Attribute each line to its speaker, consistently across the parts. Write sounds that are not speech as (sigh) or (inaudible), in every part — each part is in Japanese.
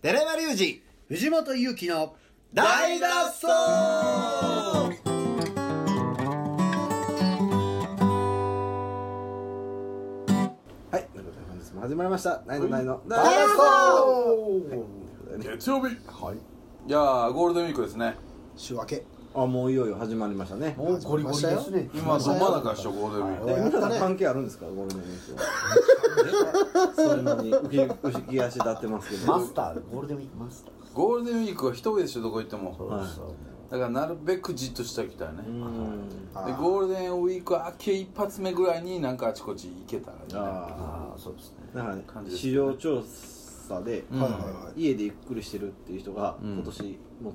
Speaker 1: 寺山隆
Speaker 2: 二藤本勇樹の
Speaker 1: 二大脱走
Speaker 3: はい、ということで本日も始まりました。ないのないの。
Speaker 1: 大脱走
Speaker 4: 月曜日
Speaker 3: はい。
Speaker 4: いやーゴールデンウィークですね
Speaker 1: 週明け
Speaker 3: あ、もういよいよ始まりましたね。
Speaker 2: もうゴリゴリですね
Speaker 4: 今ど真ん中でしょゴールデンウィー
Speaker 3: え、
Speaker 2: やっ
Speaker 3: 皆
Speaker 2: た
Speaker 3: さ
Speaker 2: ね
Speaker 3: ん関係あるんですか、ゴールデンウィークは。それなのに浮き浮き足立ってますけど。
Speaker 2: マスターゴールデンウィークマスター
Speaker 4: クゴールデンウィークは一人でしょどこ行っても
Speaker 3: はい
Speaker 4: だからなるべくじっとしておきたいね
Speaker 3: うーん。
Speaker 4: でゴールデンウィーク明け一発目ぐらいになんかあちこち行けたらいいな
Speaker 3: あ
Speaker 2: ああそうですね
Speaker 3: あ。だからね
Speaker 4: 感じ、ですね
Speaker 3: 市場調査で、
Speaker 4: うん
Speaker 3: 家でゆっくりしてるっていう人が
Speaker 4: うん
Speaker 3: 今年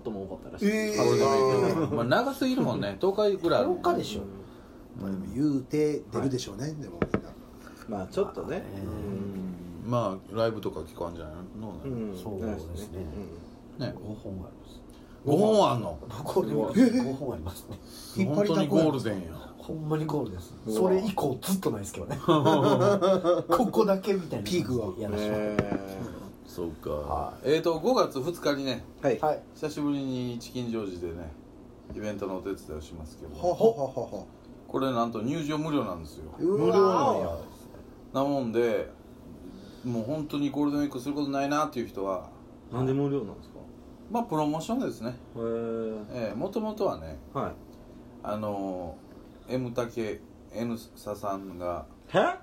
Speaker 3: 最も多かったらしい。
Speaker 1: え
Speaker 4: ゴールデンウィ
Speaker 1: え
Speaker 4: ークまあ長すぎるもんね10日ぐらいある
Speaker 2: 10日でしょ
Speaker 1: 言うて出るでしょうねでもみんな
Speaker 3: まあちょっとね。
Speaker 4: まあライブとか聞こえんじゃないの
Speaker 3: う
Speaker 4: ね
Speaker 3: ん
Speaker 2: そうですね
Speaker 4: ね
Speaker 2: 5本あります
Speaker 4: 5本あんの
Speaker 2: ゴールデンウィーク5本ありますね
Speaker 1: 引っ張
Speaker 4: 本
Speaker 1: りだこ
Speaker 4: 当にゴールデンや
Speaker 2: ほんまにゴールですそれ以降ずっとないですけどねここだけみたいな
Speaker 1: ピークが
Speaker 2: がや
Speaker 3: うん
Speaker 2: らしてもらって
Speaker 3: え
Speaker 4: そうか
Speaker 2: は
Speaker 4: えーと5月2日にね
Speaker 3: ーはい。
Speaker 2: はい
Speaker 4: 久しぶりにチキンジョージでねイベントのお手伝いをしますけど
Speaker 1: ほほほほほ
Speaker 4: これなんと入場無料なんですよ
Speaker 3: 無料なんや。
Speaker 4: なもんでもう本当にゴールデンウィークすることないなっていう人は
Speaker 3: なんで無料なんですか。
Speaker 4: まあプロモーションですね
Speaker 3: へー
Speaker 4: ええもともとはね
Speaker 3: はい。
Speaker 4: あのー M 竹 N ささんが
Speaker 3: え？あ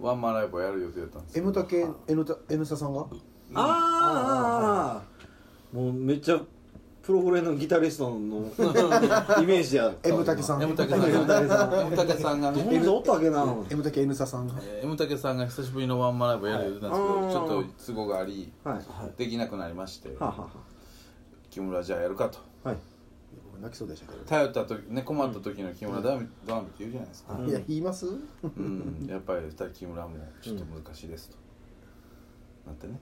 Speaker 4: ワンマンライブをやる予定だったんですけ
Speaker 1: M
Speaker 4: ど
Speaker 1: たけ N た N ささんが
Speaker 3: あーもうめっちゃプロフレのギタリストのイメージや。
Speaker 1: M たけさん
Speaker 4: M 竹さんが M 竹さん (laughs) が
Speaker 3: え
Speaker 4: ね
Speaker 3: おったわけな。は
Speaker 1: (laughs) M たけ N ささんが
Speaker 4: えー M 竹さんが久しぶりのワンマンライブをやる予定だったんですけど、
Speaker 3: はい
Speaker 4: ちょっと都合があり
Speaker 3: い。は
Speaker 4: できなくなりまして
Speaker 3: あはあは
Speaker 4: 木村じゃあやるかと
Speaker 3: あはい。
Speaker 1: 僕泣きそうでしたけど
Speaker 4: 頼った時ね困った時の木村ダメダメって言うじゃないですか
Speaker 3: うん
Speaker 1: いや言います (laughs)
Speaker 4: うん、やっぱり二人木村もちょっと難しいですと、なってね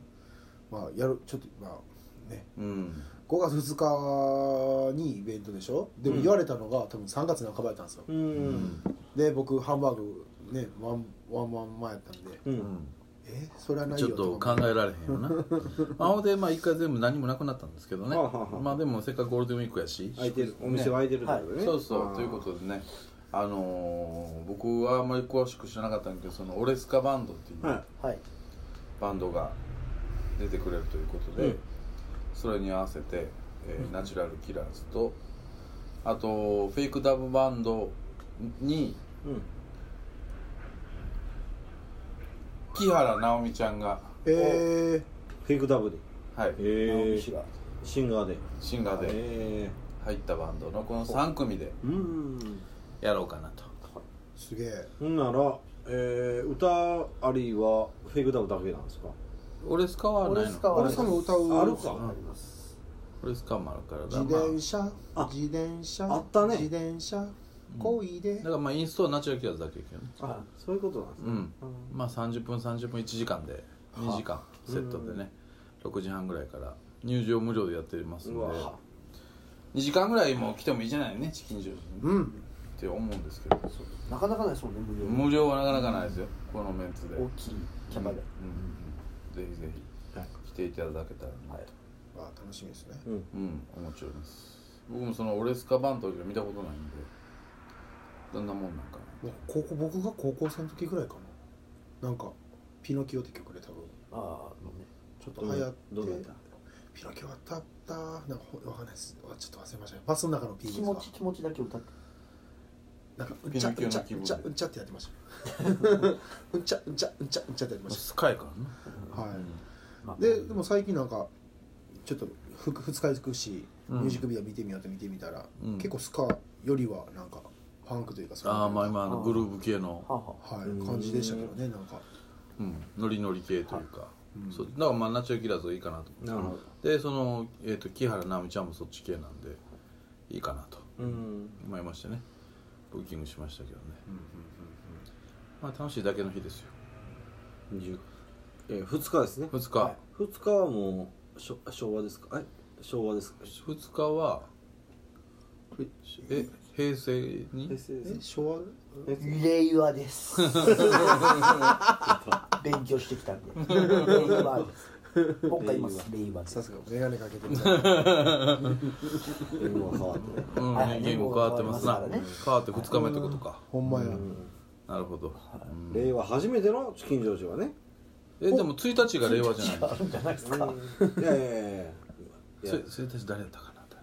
Speaker 1: まあやるちょっとまあね
Speaker 4: うん
Speaker 1: 5月2日にイベントでしょでも言われたのが多分3月半ばやったんですよ
Speaker 3: うん。
Speaker 1: で僕ハンバーグねワンワンワン前やったんで
Speaker 3: う。
Speaker 4: うんん
Speaker 1: えそれはない
Speaker 4: ち
Speaker 1: よ
Speaker 4: ょっと考えられへんよな
Speaker 3: (laughs)
Speaker 4: まあほんでまあ一回全部何もなくなったんですけどね
Speaker 3: はあはあはあ
Speaker 4: まあでもせっかくゴールデンウィークやし
Speaker 3: 開いてるお店は開いてるだろうね。
Speaker 4: そうそう
Speaker 3: あー
Speaker 4: ということでねあのー僕はあんまり詳しく知らなかったんだけどそのオレスカバンドっていう、
Speaker 3: は
Speaker 2: はい
Speaker 4: バンドが出てくれるということで、
Speaker 3: うん
Speaker 4: それに合わせて、えーナチュラルキラーズとあとフェイクダブバンドに
Speaker 3: い。うん。
Speaker 4: 木原直美ちゃんが、
Speaker 1: え
Speaker 3: フェイクダブで。
Speaker 4: はい、
Speaker 2: 直
Speaker 3: え
Speaker 2: 美氏が
Speaker 3: シンガーで。
Speaker 4: シンガーで
Speaker 3: え
Speaker 4: 入ったバンドのこの3組で
Speaker 3: え。うん。
Speaker 4: やろうかなと
Speaker 1: ー、すげえ
Speaker 3: ほんなら、えー、歌あるいはフェイクダブだけなんですか。
Speaker 4: 俺スカはないの
Speaker 1: 俺さんも歌う
Speaker 3: あるか。
Speaker 2: あります
Speaker 4: 俺スカもあるからだ
Speaker 1: 自
Speaker 4: からまあ
Speaker 1: 転車
Speaker 3: あ
Speaker 1: 自転車
Speaker 3: あったね
Speaker 1: 自転車こいで
Speaker 4: だからまあインストはナチュラルキラーズだけやけどね
Speaker 3: あ、そういうことなんです
Speaker 4: う
Speaker 3: ね。
Speaker 4: んまあ30分30分1時間で2時間セットでね6時半ぐらいから入場無料でやってます
Speaker 3: う
Speaker 4: ので
Speaker 3: わ。
Speaker 4: 2時間ぐらいもう来てもいいじゃないねチキンジョージに
Speaker 1: うん
Speaker 4: って思うんですけど
Speaker 2: なかなかないですもんね無料
Speaker 4: 無料はなかなかないですよこのメンツで
Speaker 2: 大きいキャ
Speaker 4: うんうん
Speaker 2: パで
Speaker 4: うんぜひぜ
Speaker 3: はい
Speaker 4: ひ来ていただけたらなと、
Speaker 2: はい
Speaker 1: あ楽しみですね
Speaker 3: うん。
Speaker 4: うん思っちゃいます僕もそのオレスカバンドが見たことないんでどんなもんなんか
Speaker 1: もう高校僕が高校生の時ぐらいかななんかピノキオって曲で多分
Speaker 2: ああのねちょっと
Speaker 1: 流行って
Speaker 3: どうだった
Speaker 1: ピノキオはたったなんかほわかんないですわちょっと忘れましたねバスの中の PV
Speaker 2: 気持ち気持ちだけ歌って
Speaker 1: なんかうんちゃ
Speaker 4: ピノ
Speaker 1: う
Speaker 4: キ
Speaker 1: んち
Speaker 4: オ
Speaker 1: ゃ
Speaker 4: の気
Speaker 1: う
Speaker 4: 分
Speaker 1: ん
Speaker 4: で
Speaker 1: ちゃうんちゃってやってまし
Speaker 4: (laughs)
Speaker 1: たうんちゃうんちゃうんちゃうんちゃってやってまし
Speaker 4: スカイからね
Speaker 1: たはい
Speaker 2: まあ
Speaker 1: ででも最近なんかちょっとふく二日つくし、
Speaker 4: うん
Speaker 1: ミュージックビデオ見てみようと見てみたら、
Speaker 4: うん
Speaker 1: 結構スカよりはなんかファンクというかそういう
Speaker 4: ああまあ今あ
Speaker 2: あ
Speaker 4: の
Speaker 2: ー
Speaker 4: グルーヴ系の
Speaker 2: はあはあ
Speaker 1: はい、
Speaker 3: うん
Speaker 1: 感じでしたけどねなんか
Speaker 4: うんノリノリ系というか、
Speaker 1: うん
Speaker 4: そうだからまあナチュラルキラーズがいいかなと
Speaker 3: なるほど。
Speaker 4: でその、えー、と木原直美ちゃんもそっち系なんでいいかなと
Speaker 3: うん。
Speaker 4: 思いましてねブッキングしましたけどね、まあ楽しいだけの日ですよ
Speaker 3: 10えー、2日ですね
Speaker 4: 2日、
Speaker 3: 2日はもうしょ昭和ですかえ昭和ですか
Speaker 4: 2日はえ平成に
Speaker 3: 平成で
Speaker 1: え
Speaker 3: す
Speaker 1: 昭和
Speaker 2: 令和 (laughs) です勉強してきたんで令和です僕が今スレイバー
Speaker 1: さ
Speaker 2: です
Speaker 1: が眼鏡かけてるから
Speaker 2: 英語が変わって
Speaker 4: うん、
Speaker 2: は
Speaker 4: ゲ
Speaker 2: い
Speaker 4: ーム変わってますな
Speaker 2: 変わりますからね
Speaker 4: 変わって2日目ってことか
Speaker 1: ほんまや
Speaker 4: なるほど
Speaker 3: 令和初めての金城氏はね
Speaker 4: えでも1日が令和じゃない
Speaker 2: あるんじゃないですか
Speaker 3: いやいやいやいやいや
Speaker 4: せ1日誰やったかな誰やったかな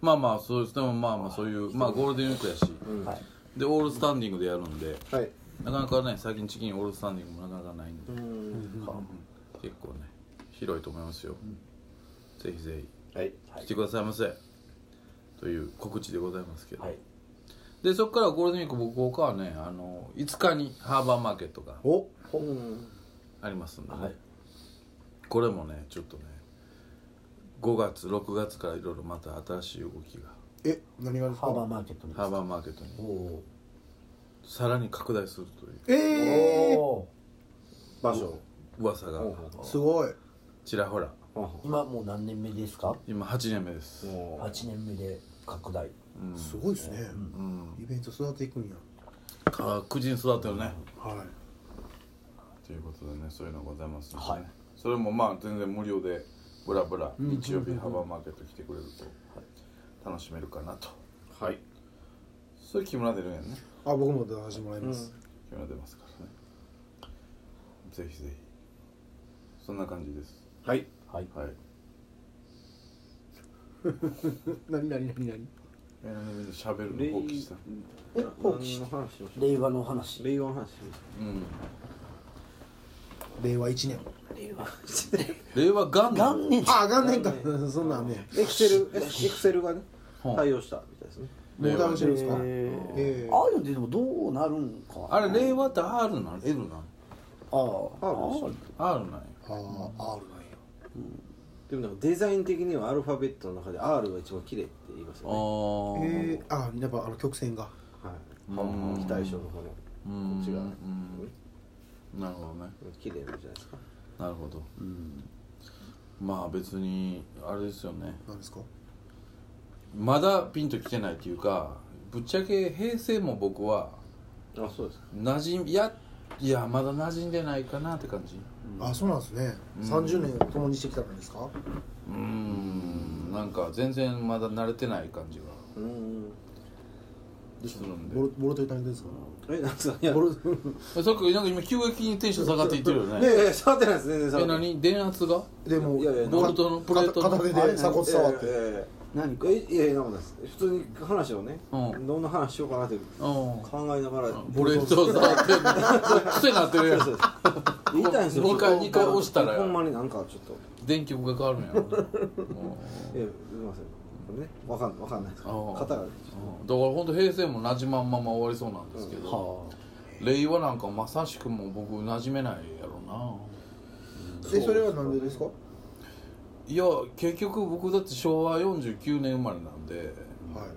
Speaker 4: まあまあそうですでもまあまあそういうまあゴールデンウィークやし
Speaker 2: はい
Speaker 4: でオールスタンディングでやるんで
Speaker 3: はい
Speaker 4: なかなかね最近チキンオールスタンディングもなかなかないんで
Speaker 3: うん
Speaker 4: 結構ね広いと思いますよ、ぜひぜ
Speaker 3: (laughs) はい
Speaker 4: ひ来てくださいませ、という告知でございますけど、
Speaker 2: はい
Speaker 4: でそこからゴールデンウィーク僕他はねあの5日にハーバーマーケットが
Speaker 1: お
Speaker 3: うん
Speaker 4: ありますんでね、
Speaker 2: はい
Speaker 4: これもねちょっとね5月6月からいろいろまた新しい動きが
Speaker 1: え何がです
Speaker 2: ハーバー
Speaker 1: か
Speaker 2: マーケットに
Speaker 4: ハーバーマーケットに
Speaker 2: おお
Speaker 4: さらに拡大するという
Speaker 1: ええ
Speaker 2: お
Speaker 3: 場所
Speaker 4: 噂が
Speaker 3: うん
Speaker 1: ー、すごい
Speaker 4: ちらほら
Speaker 3: う
Speaker 2: 今もう何年目ですか
Speaker 4: 今8年目です、
Speaker 3: んも
Speaker 2: 8年目で拡大
Speaker 4: うん
Speaker 1: すごいですね、
Speaker 4: うん、
Speaker 1: イベント育てていくんや
Speaker 4: 確実だったよね、
Speaker 1: はい
Speaker 4: ということでねそういうのございますので、ね
Speaker 2: はい
Speaker 4: それもまあ全然無料でブラブラ日曜日ハーバーマーケット来てくれると楽しめるかなとはいそれ木村出るんやね
Speaker 1: あ僕も出させてもらいます、
Speaker 4: 木村出ますからねぜひぜひそんな感じです
Speaker 3: うはい
Speaker 2: はい
Speaker 4: はい
Speaker 1: 何何何何
Speaker 4: えー、みんなしゃべる
Speaker 3: 令
Speaker 4: の放棄した
Speaker 2: え放棄
Speaker 3: 何の話をし
Speaker 2: 令和の話
Speaker 3: 令和の話
Speaker 4: うん
Speaker 1: 令和1年
Speaker 2: 令和
Speaker 4: 令和元
Speaker 2: 元
Speaker 4: 年
Speaker 2: 年
Speaker 1: あ元年か (laughs) そんなんね
Speaker 3: エクセルエクセルがね
Speaker 4: うん
Speaker 3: 対応したみたいですね
Speaker 1: もう楽しいですか
Speaker 2: え
Speaker 1: え
Speaker 2: ーああいうのってでもどうなるんか
Speaker 4: あれ令
Speaker 2: 和
Speaker 4: 和って R なん L なん
Speaker 2: ああ
Speaker 3: あ
Speaker 4: R なんや
Speaker 1: ああ R なんや
Speaker 3: でもなんかデザイン的にはアルファベットの中で R が一番綺麗って言います
Speaker 4: あ
Speaker 3: よね
Speaker 4: ー
Speaker 1: えー、あやっぱあの曲線が
Speaker 3: はい
Speaker 4: うん
Speaker 3: 非対称の方のこ
Speaker 4: うん
Speaker 3: っちが
Speaker 4: うんなるほどね
Speaker 3: 綺麗なんじゃないですか
Speaker 4: なるほど、まあ別にあれですよね
Speaker 1: なんですか
Speaker 4: まだピンときてないっていうかぶっちゃけ平成も僕は
Speaker 3: あそうですか
Speaker 4: 馴染みいやいやまだ馴染んでないかなって感じ
Speaker 1: あそうなんですね、30年を共にしてきたんですか
Speaker 4: うーんなんか全然まだ慣れてない感じが
Speaker 3: うん
Speaker 4: するん
Speaker 1: ボロ
Speaker 4: で
Speaker 1: ボロといたんですか
Speaker 3: えなんですかいや
Speaker 1: ボロ
Speaker 4: さっきなんか今急激にテンション下がっていってるよね
Speaker 3: いやいや触ってないです全然触
Speaker 4: え
Speaker 3: ってない
Speaker 4: 何電圧が
Speaker 1: でも
Speaker 3: いやいや
Speaker 4: ボルトのプレートの
Speaker 1: 片片手で鎖骨触って、
Speaker 3: いやいやいや
Speaker 2: 何か
Speaker 3: えいやいやなんもないです普通に話をね、
Speaker 4: うん
Speaker 3: どんな話しようかなって
Speaker 4: うん
Speaker 3: 考えながら
Speaker 4: ボレート触ってるの癖になっ
Speaker 3: (laughs)
Speaker 4: てるやん
Speaker 3: 言いたいんですよ
Speaker 4: 二回二回押したら
Speaker 3: ほんまになんかちょっと
Speaker 4: 電極が変わるんやろなうん
Speaker 3: えすみませんこれねわかんわかんないです
Speaker 4: あー
Speaker 3: 肩が
Speaker 4: うんだから本当平成も馴染まんまま終わりそうなんですけど、
Speaker 2: は
Speaker 4: 令和なんかまさしくもう僕馴染めないやろな
Speaker 1: えそれはなんでですかはい
Speaker 4: や結局僕だって昭和49年生まれなんで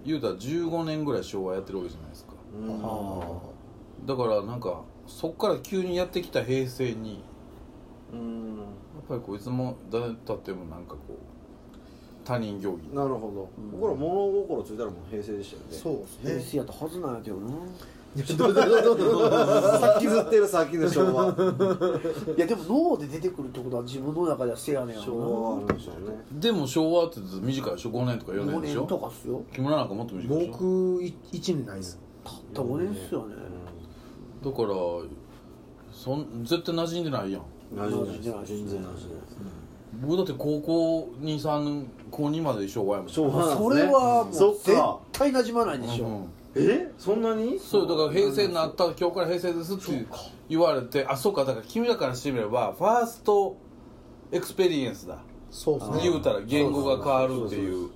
Speaker 4: 言うたら15年ぐらい昭和やってるわけじゃないですか
Speaker 3: うん
Speaker 2: あは
Speaker 4: だからなんかそっから急にやってきた平成に
Speaker 3: うん
Speaker 4: やっぱりこういつも誰たってもなんかこう他人行儀
Speaker 3: なるほど、僕ら物心ついたらもう平成でしたよね
Speaker 1: いそう
Speaker 2: あ平
Speaker 1: ですね
Speaker 2: 成やったはずなんやけどな
Speaker 3: (laughs) 先ずってる先で昭和
Speaker 2: いやでも脳で出てくるってことは自分の中ではせやねんやろな
Speaker 3: 昭和あるんでしょうね
Speaker 4: でも昭和って短いでしょ5年とか4年
Speaker 2: 5
Speaker 4: でし
Speaker 2: 年と
Speaker 4: ょ
Speaker 2: かっすよ
Speaker 4: 木村なんかもっと短いでしょ
Speaker 1: (laughs) 僕い一年ないです
Speaker 2: たった5年っすよね
Speaker 4: だからそん絶対馴染んでないやん
Speaker 3: 馴染んでないです
Speaker 2: 馴染ん
Speaker 3: 全
Speaker 2: で
Speaker 3: 然
Speaker 2: な
Speaker 3: 馴
Speaker 2: い
Speaker 3: 染んでないです
Speaker 4: 僕だって高校23年高2まで昭和やもん
Speaker 3: 昭和なんです
Speaker 2: そ
Speaker 3: ね
Speaker 2: れはもう
Speaker 3: そっ
Speaker 2: 絶
Speaker 3: か
Speaker 2: 対なじまないでし
Speaker 4: う
Speaker 2: ょ
Speaker 4: ん
Speaker 3: えそんなに
Speaker 4: そうだから平成になった今日から平成ですって言われてあそうかだから君らからしてみればファーストエクスペリエンスだ
Speaker 1: そうですね
Speaker 4: 言うたら言語が変わるっていう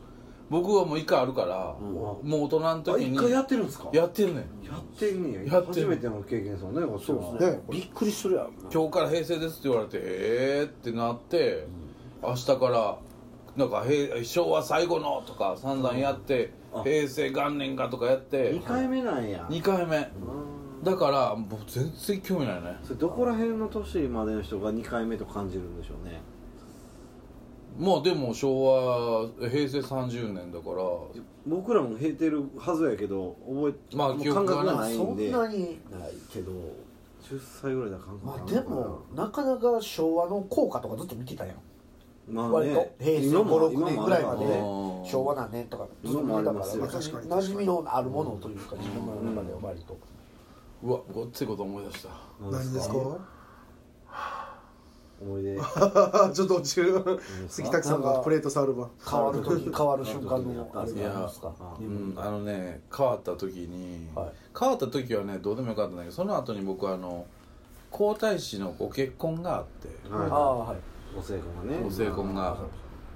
Speaker 4: 僕はもう一回あるから、もう大人の
Speaker 3: あ
Speaker 4: 時
Speaker 3: 一
Speaker 4: に
Speaker 3: 回やってるんですか
Speaker 4: やってんねん
Speaker 3: やってんねや
Speaker 4: やってん
Speaker 3: 初めての経験ですもんねこっちは
Speaker 2: そうですねびっくりするやろな
Speaker 4: 今日から平成ですって言われてえーってなって明日からなんか平昭和最後のとか散々やって
Speaker 3: あ
Speaker 4: 平成元年かとかやって
Speaker 3: 2回目なんや
Speaker 4: 2回目だからもう全然興味ないね
Speaker 3: それどこら辺の年までの人が2回目と感じるんでしょうね
Speaker 4: まあでも昭和平成30年だから
Speaker 3: 僕らも経てるはずやけど覚え
Speaker 4: まあ記憶が
Speaker 3: 感覚が
Speaker 4: な
Speaker 3: ないんで
Speaker 2: そんなにないけど
Speaker 3: 10歳ぐらいだから韓
Speaker 2: ま
Speaker 3: 国
Speaker 2: あでもなかなか昭和の効果とかずっと見てたやん
Speaker 3: まあ
Speaker 2: 割と平成
Speaker 3: 今も
Speaker 2: 56年ぐらいまで
Speaker 3: 今もあるな
Speaker 2: 昭和何年とかずっと見てたか
Speaker 3: 今
Speaker 2: ら
Speaker 3: もあり
Speaker 1: ますよ確かに
Speaker 2: 馴染みのあるものというか自分の中では割と
Speaker 4: うわごっついこと思い出した
Speaker 1: 何ですか
Speaker 3: 思い出
Speaker 1: あ (laughs) ちょっと落ちる杉滝さんがプレート触る番
Speaker 2: 変わる時変わる瞬間のあれじゃないですか
Speaker 4: う
Speaker 2: 自分
Speaker 4: ん
Speaker 2: の
Speaker 4: あのね変わった時に、
Speaker 2: はい
Speaker 4: 変わった時はねどうでもよかったんだけどその後に僕はあの皇太子のご結婚があって
Speaker 2: あ
Speaker 3: は
Speaker 2: あはい
Speaker 3: いお成婚がね
Speaker 4: ご成婚が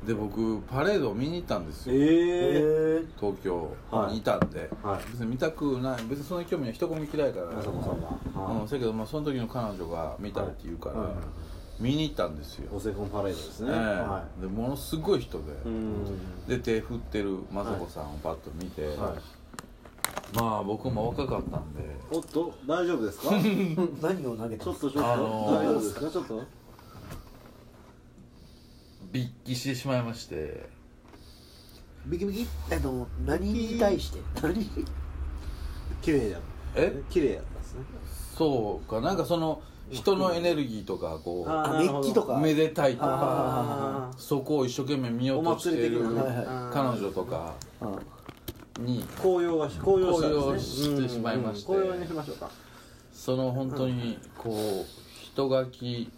Speaker 4: で僕パレードを見に行ったんですよ
Speaker 3: ええ
Speaker 2: え
Speaker 4: 東京にいたんで、
Speaker 3: はい
Speaker 4: 別に見たくない別にそんな興味ない人混み嫌いから、
Speaker 3: あそこさんは
Speaker 4: う
Speaker 3: は
Speaker 4: ん、せやけど、まあ、その時の彼女が見たいって言うから、
Speaker 3: はいはいはい
Speaker 4: 見に行ったんですよ、
Speaker 3: お成婚パレードですね
Speaker 4: ええ
Speaker 3: は
Speaker 4: でものすごい人で、
Speaker 3: いうん
Speaker 4: で手振ってる雅子さんをパッと見て、
Speaker 3: はい
Speaker 4: まあ僕も若かったんで、
Speaker 3: おっと大丈夫
Speaker 4: (laughs)
Speaker 3: ですかち
Speaker 2: え
Speaker 3: ょ
Speaker 2: 何を投げた
Speaker 3: っとちょっと
Speaker 4: あのー
Speaker 3: 大丈夫ですかちょっと
Speaker 4: びっくりしてしまいまして
Speaker 2: ビキビキあの何に対して何
Speaker 3: 綺麗や
Speaker 4: え
Speaker 3: 綺麗やったんですね
Speaker 4: そうかなんかその人のエネルギーとかこ
Speaker 3: あ
Speaker 2: あメッキと
Speaker 4: う
Speaker 2: か
Speaker 4: めでたいとか
Speaker 3: あ
Speaker 4: そこを一生懸命見よ
Speaker 3: お
Speaker 4: うとし
Speaker 3: 祭り
Speaker 4: てる
Speaker 3: 的なね
Speaker 2: はいはい
Speaker 3: あー
Speaker 4: 彼女とか
Speaker 2: うん
Speaker 4: に
Speaker 3: 紅葉が紅葉したん
Speaker 4: 紅葉
Speaker 3: ですね
Speaker 4: してしまいまして
Speaker 3: うんうん紅葉にしましょうか
Speaker 4: その本当にこう人垣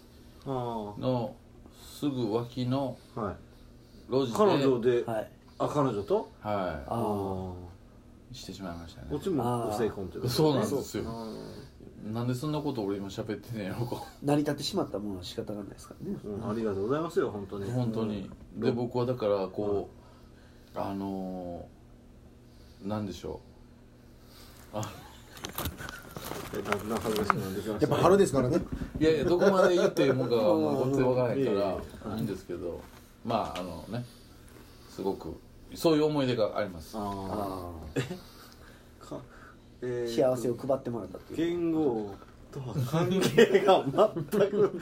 Speaker 3: あ
Speaker 4: のすぐ脇の
Speaker 3: あはい
Speaker 4: 路地で
Speaker 3: 彼女で
Speaker 2: はい
Speaker 3: あ彼女と
Speaker 4: は
Speaker 2: あー
Speaker 4: いしてしまいましたね
Speaker 3: こっちもご成婚ということね
Speaker 4: そうなんですよ
Speaker 3: う
Speaker 4: なんでそんなこと俺今喋ってねえのか
Speaker 2: 成り立ってしまったものは仕方がないですからね
Speaker 3: んありがとうございますよ本当に
Speaker 4: 本当に、で僕はだからこう、あのー、なんでしょ
Speaker 3: えだんだん恥ずかしくなってきました
Speaker 1: やっぱ春ですからね
Speaker 4: ういやいやどこまで言ってもうかは
Speaker 2: (laughs)
Speaker 4: もうこっちわからへんか
Speaker 3: いやいや
Speaker 4: らいいんですけどまああのねすごくそういう思い出があります
Speaker 3: あ
Speaker 2: あ
Speaker 3: あかえ
Speaker 2: あ
Speaker 3: ー
Speaker 2: 幸せを配ってもらったっていう
Speaker 3: 言語とは関係が全く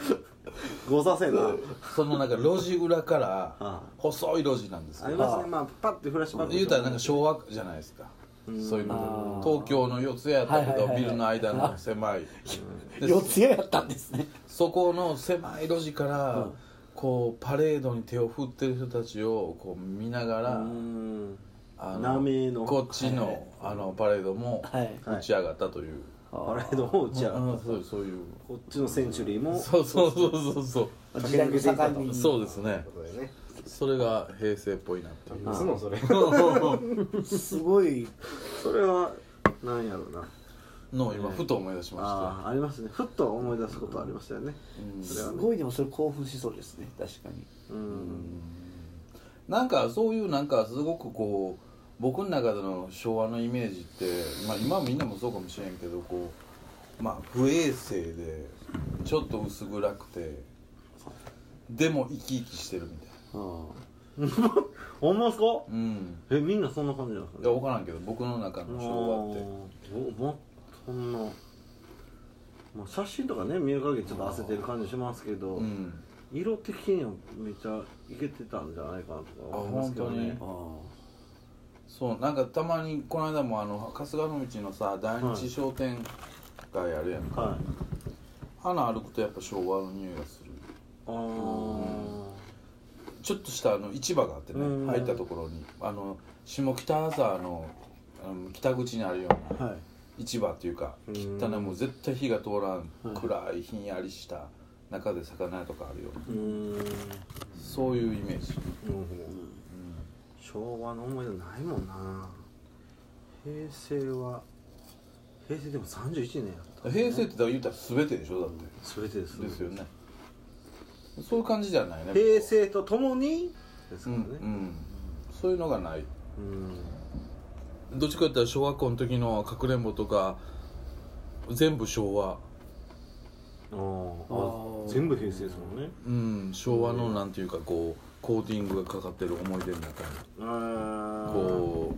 Speaker 3: ごさせんな
Speaker 4: そのなんか路地裏から
Speaker 3: あ
Speaker 4: 細い路地なんです
Speaker 3: あ
Speaker 4: け
Speaker 3: り
Speaker 4: ど
Speaker 3: ますねまあパッてフラッシュバック
Speaker 4: 言うたらなんか昭和じゃないですかそういうので東京の四ツ谷やったけ
Speaker 2: はいはい
Speaker 4: ど
Speaker 2: はいはい
Speaker 4: ビルの間の狭いで
Speaker 2: 四つ谷やったんですね
Speaker 4: そこの狭い路地から、こうパレードに手を振ってる人たちをこう見ながら、
Speaker 3: うん
Speaker 4: あ
Speaker 3: 波の
Speaker 4: こっちの,、
Speaker 2: はいはい
Speaker 4: あのパレードも
Speaker 2: はい
Speaker 4: 打ち上がったという、
Speaker 3: あれどうじゃ
Speaker 4: う
Speaker 3: あ
Speaker 4: んそうそういう
Speaker 3: こっちのセンチュリーも
Speaker 4: そうそうそうそうそう、
Speaker 2: 時代の境目に
Speaker 4: そうですね
Speaker 5: そうだよね
Speaker 4: それが平成っぽいなっていう
Speaker 5: いつのそれ
Speaker 2: すごい
Speaker 3: それはなんやろうな
Speaker 4: (laughs) のを今ふと思い出しま
Speaker 3: ああありますねふっと思い出すことありましたよねそれ
Speaker 2: す
Speaker 3: はね
Speaker 2: ごいでもそれ興奮しそうですね確かに
Speaker 3: うん
Speaker 4: した、なんかそういうなんかすごくこう僕の中での昭和のイメージって、まあ、今はみんなもそうかもしれんけどこうまあ不衛生でちょっと薄暗くてでも生き生きしてるみたいな
Speaker 3: (laughs) ほんまですか
Speaker 4: うん
Speaker 3: えみんなそんな感じなんです
Speaker 4: い
Speaker 3: か
Speaker 4: や
Speaker 3: ね
Speaker 4: 分からんけど僕の中の昭和って
Speaker 3: おもそんな、まあ、写真とかね見る限りちょっと焦ってる感じしますけど、
Speaker 4: うん
Speaker 3: 色的にはめっちゃいけてたんじゃないかなとか
Speaker 4: あ
Speaker 3: 思います
Speaker 4: 本
Speaker 3: け
Speaker 4: 当
Speaker 3: ど
Speaker 4: に
Speaker 3: ね
Speaker 4: そうなんかたまにこの間もあの春日野道のさ大日商店街あるやんか、
Speaker 3: はい
Speaker 4: 花歩くとやっぱ昭和の匂いがする
Speaker 3: ああ、
Speaker 4: ちょっとしたあの市場があってね、
Speaker 3: うん
Speaker 4: 入ったところにあの下北沢のあの北口にあるような、
Speaker 2: はい
Speaker 4: 市場っていうか
Speaker 3: うん
Speaker 4: 汚いもう絶対火が通らん、暗いひんやりした中で魚とかあるような
Speaker 3: うーんなる
Speaker 4: そういうイメージ
Speaker 3: ほど昭和の思い出ないもんな平成は平成でも31年やった
Speaker 4: 平成ってだから言うたら全てでしょだって、
Speaker 3: 全てです
Speaker 4: ですよねそういう感じじゃないね
Speaker 3: 平成とともにです
Speaker 4: う
Speaker 3: か
Speaker 4: ん、
Speaker 3: らね
Speaker 4: うん、そういうのがない
Speaker 3: うん
Speaker 4: どっちかって言ったら小学校の時のかくれんぼとか全部昭和
Speaker 3: あ
Speaker 2: あ
Speaker 3: ー
Speaker 2: ー
Speaker 3: あ全部平成ですもんね
Speaker 4: うん昭和のなんていうかこうコーティングがかかってる思い出の中に
Speaker 3: ああ
Speaker 4: こ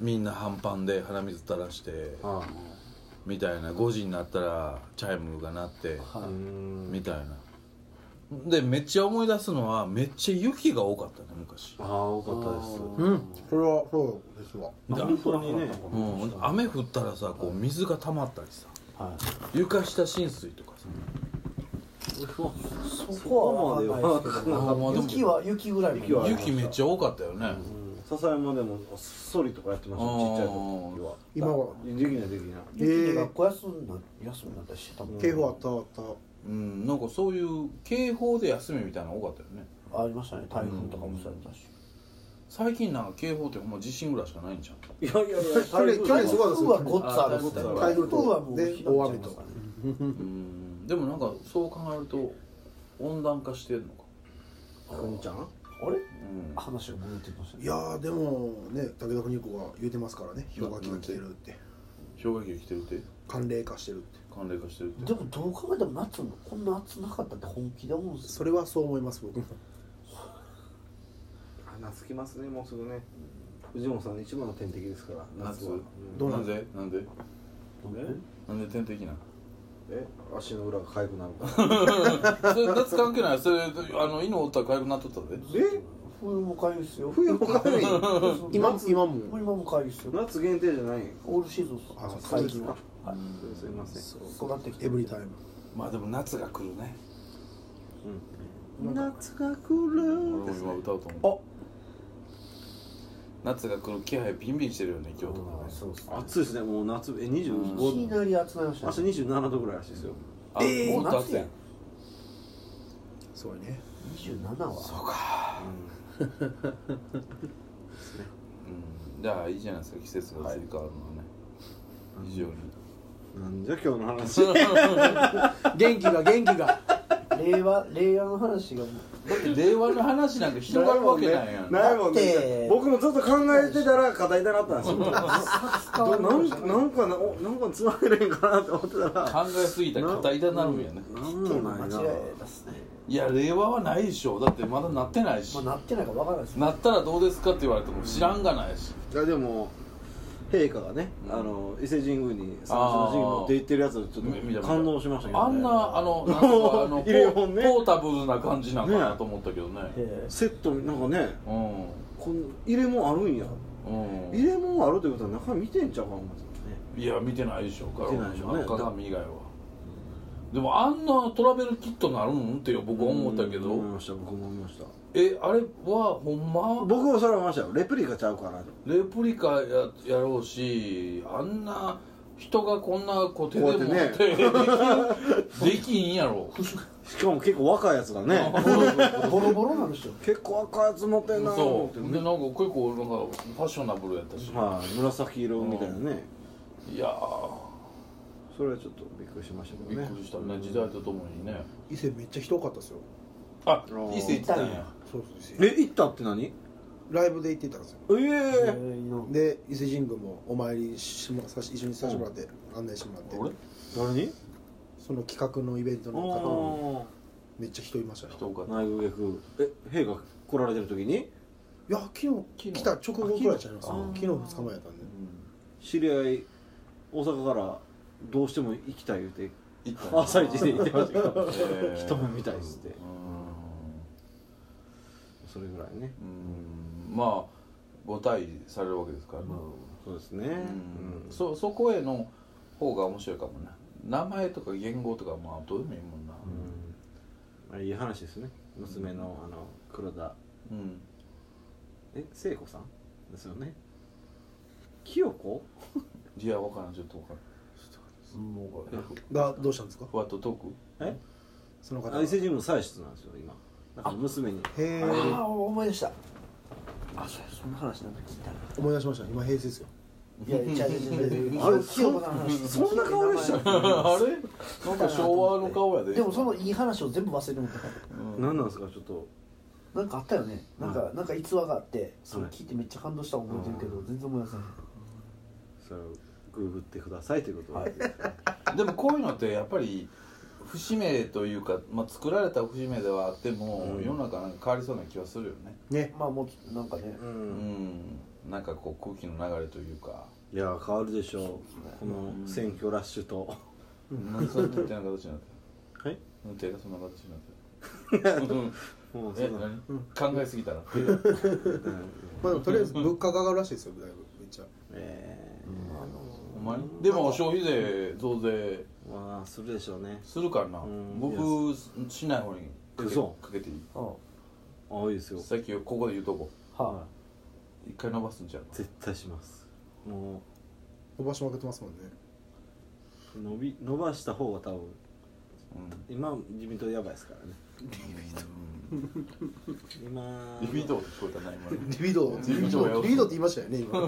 Speaker 4: うみんな半パンで鼻水垂らして
Speaker 3: あ
Speaker 4: みたいな5時になったらチャイムが鳴って
Speaker 3: あうーん
Speaker 4: みたいなでめっちゃ思い出すのはめっちゃ雪が多かったね昔
Speaker 3: ああ多かったです
Speaker 1: うんそれはそうですわ
Speaker 4: で
Speaker 3: 本当にね
Speaker 4: うん、雨降ったらさこう水が溜まったりさ
Speaker 2: は
Speaker 4: 床下浸水とかさ
Speaker 2: い、そ
Speaker 3: そ
Speaker 2: こ
Speaker 3: こ
Speaker 2: は
Speaker 3: まで
Speaker 2: 分かん
Speaker 3: は
Speaker 2: ないですけ
Speaker 4: あ
Speaker 2: ど
Speaker 4: ーまあでも
Speaker 2: 雪は雪ぐらいの
Speaker 3: 雪はありました
Speaker 4: 雪めっちゃ多かったよね
Speaker 3: 笹山でもソリとかやってました
Speaker 4: あ
Speaker 3: よち
Speaker 4: ー
Speaker 3: っちゃい時は
Speaker 1: 今は
Speaker 3: できないできない
Speaker 2: 雪で学校休んだ休みになったりしてたもん、
Speaker 1: 警報あったあった
Speaker 4: うんなんかそういう警報で休みみたいなの多かったよね
Speaker 2: ありましたね台風とかもそうやったし、
Speaker 4: 最近なんか警報ってほんま地震ぐらいしかないんじゃん
Speaker 3: いやいやいや
Speaker 1: 去年去年すごいです
Speaker 2: 台風はごっつあるっすね
Speaker 1: あ
Speaker 2: 台
Speaker 1: 台風
Speaker 2: 風はもう
Speaker 1: で
Speaker 2: ひどいっちゃいますからね
Speaker 4: うんでもなんかそう考えると温暖化してるのか
Speaker 3: くんちゃん
Speaker 2: あれ
Speaker 4: うん
Speaker 2: 話が戻ってきましたね
Speaker 1: いやーでもね武田邦子が言うてますからね氷河期が来てるって
Speaker 4: 氷河期が来てるって
Speaker 1: 寒冷化してるって
Speaker 4: 寒冷化してるって
Speaker 2: でもどう考えても夏もこんな暑なかったって本気で思うんですよ
Speaker 1: それはそう思います僕も
Speaker 3: 鼻つきますねもうすぐね藤本さんの一番の天敵ですから夏
Speaker 4: 夏
Speaker 3: は
Speaker 1: どうな
Speaker 4: なんんでなんで
Speaker 3: え
Speaker 4: なんで天 (laughs) 敵なの
Speaker 3: え足の裏が痒くなるから
Speaker 4: それ夏関係ないそれあの犬おったら痒くなっとったで
Speaker 3: え
Speaker 2: 冬もかゆいっすよ
Speaker 3: 冬も痒い
Speaker 2: そう
Speaker 1: 今
Speaker 2: 夏
Speaker 1: 今
Speaker 2: も
Speaker 1: も
Speaker 2: 今もかゆいっすよ
Speaker 3: 夏限定じゃないん
Speaker 2: オールシーズンっす
Speaker 1: あそうですか
Speaker 2: 最近ははい
Speaker 3: すいません
Speaker 2: 育ってきて
Speaker 1: エブリタイム
Speaker 4: まあでも夏が来るね
Speaker 3: 夏が来
Speaker 4: 俺も今歌おうと
Speaker 2: あ
Speaker 4: 思う夏が来る気配ビンビンしてるよね今日とかね
Speaker 2: そうっすね
Speaker 3: 暑いですねもう夏え
Speaker 4: うん
Speaker 2: いき
Speaker 3: 25
Speaker 2: なり暑なりました
Speaker 3: 明日
Speaker 2: ね
Speaker 3: 27度ぐらいらしいですよ
Speaker 4: あ
Speaker 2: えー
Speaker 4: もっと暑いやん
Speaker 1: そうやね
Speaker 2: 27は
Speaker 4: そうかうんじゃあいいじゃないですか季節が移り変わるのはね非常に
Speaker 3: なんじゃ今日の話
Speaker 1: 元気が元気が
Speaker 2: 令和令和の話がもう
Speaker 4: だって令和の話なんか広がるわけないやん
Speaker 3: (laughs) ないもん
Speaker 2: だって
Speaker 3: ね僕もずっと考えてたら課題だなったんですよどうなんなんかなおなんかつまげれへんかなって思ってたら
Speaker 4: 考えすぎたら硬いだなるんやね
Speaker 3: なん
Speaker 2: テー
Speaker 3: も
Speaker 2: マ
Speaker 3: ない
Speaker 2: 間違
Speaker 3: ない
Speaker 2: ですね
Speaker 4: いや令和はないでしょだってまだなってないし
Speaker 2: まあなってないかわからないですね
Speaker 4: なったらどうですかって言われても知らんがないし
Speaker 3: いやでも陛下がね、あの伊勢神宮に三種の神宮持って行ってるやつちょ
Speaker 4: み見た
Speaker 3: っと
Speaker 4: 見た
Speaker 3: 感動しましたけど、ね、
Speaker 4: あんなあ
Speaker 3: (laughs)
Speaker 4: のなんかあの
Speaker 3: 入れ物ね
Speaker 4: ポータブルな感じなんかなと思ったけどね
Speaker 2: え
Speaker 3: セットなんかね
Speaker 4: うん
Speaker 3: この入れ物あるんや
Speaker 4: うん
Speaker 3: 入れ物あるということは中見てんちゃうかもね
Speaker 4: いや見てないでしょ
Speaker 3: 見てないでしょ
Speaker 4: あの
Speaker 3: ね
Speaker 4: 鏡以外はでもあんなトラベルキットなるんって僕は思ったけ
Speaker 3: 思い
Speaker 4: ど
Speaker 3: ました僕も思いました
Speaker 4: えあれはほんま
Speaker 3: 僕もそれは思いましたよレプリカちゃうかなと
Speaker 4: レプリカややろうしあんな人がこんなこう手で持って
Speaker 3: こうやって
Speaker 4: できできんやろ
Speaker 3: しかも結構若いやつがね
Speaker 2: えボロボロなんですよ
Speaker 3: 結構若いやつ持ってんなと思
Speaker 4: そ
Speaker 3: って
Speaker 4: うでなんか
Speaker 3: ね
Speaker 4: 結構なんかファッショナブルやったし、
Speaker 3: はい紫色みたいなね
Speaker 4: いやー
Speaker 3: それはちょっとびっくりしましたけ
Speaker 4: び
Speaker 3: ど
Speaker 4: っ
Speaker 3: ね
Speaker 4: くりしたね時代とともにね
Speaker 1: 伊勢めっちゃ人多かったですよ
Speaker 4: あ
Speaker 3: ー
Speaker 4: 伊勢行ってたんや
Speaker 1: そうそうです
Speaker 3: え行ったって何え
Speaker 1: ライブで行ってたんですよ
Speaker 3: え
Speaker 2: え
Speaker 3: ー、
Speaker 2: ー
Speaker 1: で伊勢神宮もお参りしもさし一緒にさせてもらって、案内してもらって
Speaker 4: 俺
Speaker 3: 誰に
Speaker 1: その企画のイベントの方
Speaker 3: あ
Speaker 1: めっちゃ人いましたね
Speaker 4: 人多かっ
Speaker 3: あ
Speaker 4: た
Speaker 3: 内宮役え兵が来られてる時に
Speaker 1: いや昨日
Speaker 4: 昨日
Speaker 1: 来た直後くらいちゃいます
Speaker 4: あ
Speaker 1: 昨日2日前やったんで
Speaker 3: 知り合い大阪からどうしても行きたい言うて
Speaker 4: 行ったんや
Speaker 3: (laughs) 朝一で行ってましたけど
Speaker 4: えー
Speaker 3: 一目見たいっつって
Speaker 4: う
Speaker 3: それぐらいね
Speaker 4: んうんまあご対されるわけですからね、
Speaker 3: そうですね、
Speaker 4: うん
Speaker 3: うん
Speaker 4: そそこへの方が面白いかもね名前とか言語とかまあどうでもいいもんな
Speaker 3: あれいい話ですね娘のあの黒田
Speaker 4: うん
Speaker 3: え聖子さんですよね清子
Speaker 4: いやわからんちょっとわからんえ
Speaker 1: がどうしたんですか
Speaker 4: ふわっとトー (laughs) ク
Speaker 3: え
Speaker 1: その方
Speaker 3: あ
Speaker 1: が
Speaker 3: 伊
Speaker 1: へ
Speaker 3: 勢神宮祭出なんですよ今だから娘に
Speaker 2: あ
Speaker 1: え
Speaker 2: あ思い出したあそうやそんな話なんか聞いたな
Speaker 1: 思い出しました今平成ですよ
Speaker 2: いやいや違う違う違う違う
Speaker 3: あれ
Speaker 2: 清子の話
Speaker 3: そそんな顔でしたっけ
Speaker 4: (laughs) あれなんか昭和の顔やで
Speaker 2: でもそのいい話を全部忘れてもらっ
Speaker 3: 何なんですかちょっと
Speaker 2: たなんかあったよねなんか、なんか逸話があってそれ
Speaker 3: はい
Speaker 2: 聞いてめっちゃ感動した思ってるけど、全然思い出せない
Speaker 3: それをググってくださいということで、
Speaker 4: でもこういうのってやっぱり節目というか、まあ、作られた節目ではあっても、
Speaker 3: うん
Speaker 4: 世の中なんか変わりそうな気はするよね
Speaker 1: ね
Speaker 2: まあもうなんかね
Speaker 3: う
Speaker 4: うんんなんかこう空気の流れというか
Speaker 3: いや変わるでしょうこの選挙ラッシュと
Speaker 4: なんでそんな手な形になって
Speaker 3: はい
Speaker 4: るの手がそんな形になって (laughs) る
Speaker 3: (laughs) もうそ
Speaker 4: え
Speaker 3: んな
Speaker 4: 何考えすぎたら
Speaker 1: まあでもとりあえず物価が上がるらしいですよだいぶめっちゃ
Speaker 3: え
Speaker 4: お前でも消費税増税
Speaker 3: まあするでしょうね
Speaker 4: するかな
Speaker 3: うん
Speaker 4: 僕しない方にかけ
Speaker 3: 嘘
Speaker 4: かけていい
Speaker 2: うんは
Speaker 3: ああいいですよ
Speaker 4: さっきここで言うとこ
Speaker 2: あ
Speaker 4: 一回伸ばすんちゃう
Speaker 3: 絶対しますも
Speaker 1: 伸ばしまくってますもんね
Speaker 3: う伸び伸ばした方が多分
Speaker 4: うん
Speaker 3: 今自民党やばいですからね今
Speaker 4: リピートって聞こえたな今
Speaker 1: リビドーリビドーリビドーって言いましたよね今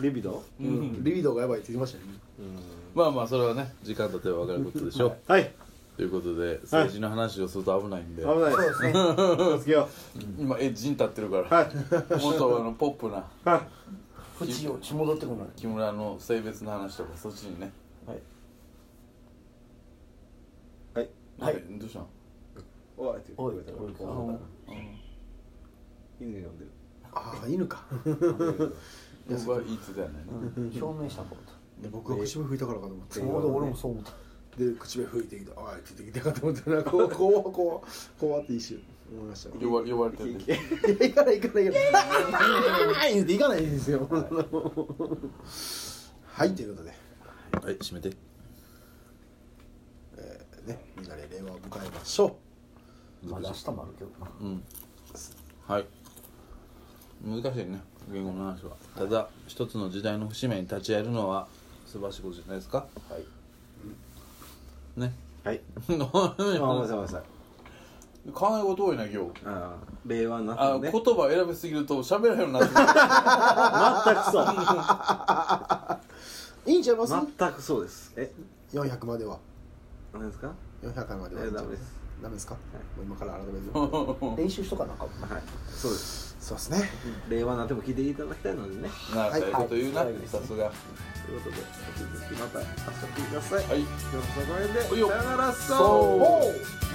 Speaker 3: リビド
Speaker 4: うん
Speaker 1: リビドーがやばいって言いましたよね
Speaker 3: うん
Speaker 4: まあまあそれはね時間経てば分かることでしょう
Speaker 3: はい
Speaker 4: ということで政治の話をすると危ないんで
Speaker 3: 危ないそうですね気をつけよ
Speaker 4: 今エッジに立ってるか
Speaker 3: う
Speaker 4: ら
Speaker 3: はい
Speaker 4: もっとあのポップな
Speaker 3: は
Speaker 2: 縁を血戻ってこない
Speaker 4: 木村の性別の話とかそっちにね
Speaker 2: はい
Speaker 3: いはい
Speaker 2: は
Speaker 4: な
Speaker 2: い
Speaker 4: んかどうしたの
Speaker 3: おいって言
Speaker 2: お
Speaker 3: っ
Speaker 2: い
Speaker 3: てくれた
Speaker 2: おい
Speaker 3: ら
Speaker 2: おい
Speaker 3: 犬呼んで (laughs) る
Speaker 1: ああ犬か
Speaker 4: 僕はいつだよね
Speaker 2: 証明したこと
Speaker 1: 僕は口笛吹いたからかと思って
Speaker 2: ちょうど俺もそう思った
Speaker 1: で口笛吹いてきたああって言ってきたかと思ってなんかこ
Speaker 3: (laughs)
Speaker 1: うこうこうこうあって一瞬思いました
Speaker 4: 呼ば呼ばれてる
Speaker 3: い
Speaker 1: いや行かない行かない行かない行かないんですよはいということで、
Speaker 4: はい閉めて
Speaker 1: えーねみんなで令和を迎えましょ
Speaker 2: まだ明日もあるけどな
Speaker 4: うんはい難しいね言語の話はただ一つの時代の節目に立ち会えるのは素晴らしいことじゃないですか
Speaker 3: はい
Speaker 4: ね
Speaker 3: はいあごめんなさい
Speaker 4: 考
Speaker 3: ごめんなさい
Speaker 4: え事多いな今日
Speaker 3: ああ令和になった
Speaker 4: あ
Speaker 3: ん
Speaker 4: 言
Speaker 3: で
Speaker 4: 葉選びすぎると喋らへんようになってく
Speaker 3: 全くそう
Speaker 1: ういいんちゃいます
Speaker 3: 全くそうですえ
Speaker 1: 400までは
Speaker 3: 何ですか
Speaker 1: 400回までは
Speaker 3: え
Speaker 1: いいんちゃ
Speaker 3: ダ
Speaker 1: いま
Speaker 3: メですす
Speaker 1: ダメですか、もう今から改めて
Speaker 4: る
Speaker 2: 練習しとかなあかん
Speaker 3: はいそうです
Speaker 1: そうですね
Speaker 3: 令和になっても聞いていただきたいのでね
Speaker 4: なあそういうこと言うな
Speaker 2: はいはい
Speaker 4: さすがは
Speaker 3: ということで引き続きまた明日聞いてください
Speaker 4: い
Speaker 3: 今日もそこら辺で
Speaker 4: おいよ
Speaker 3: さよなら
Speaker 4: そう
Speaker 3: そう
Speaker 1: おう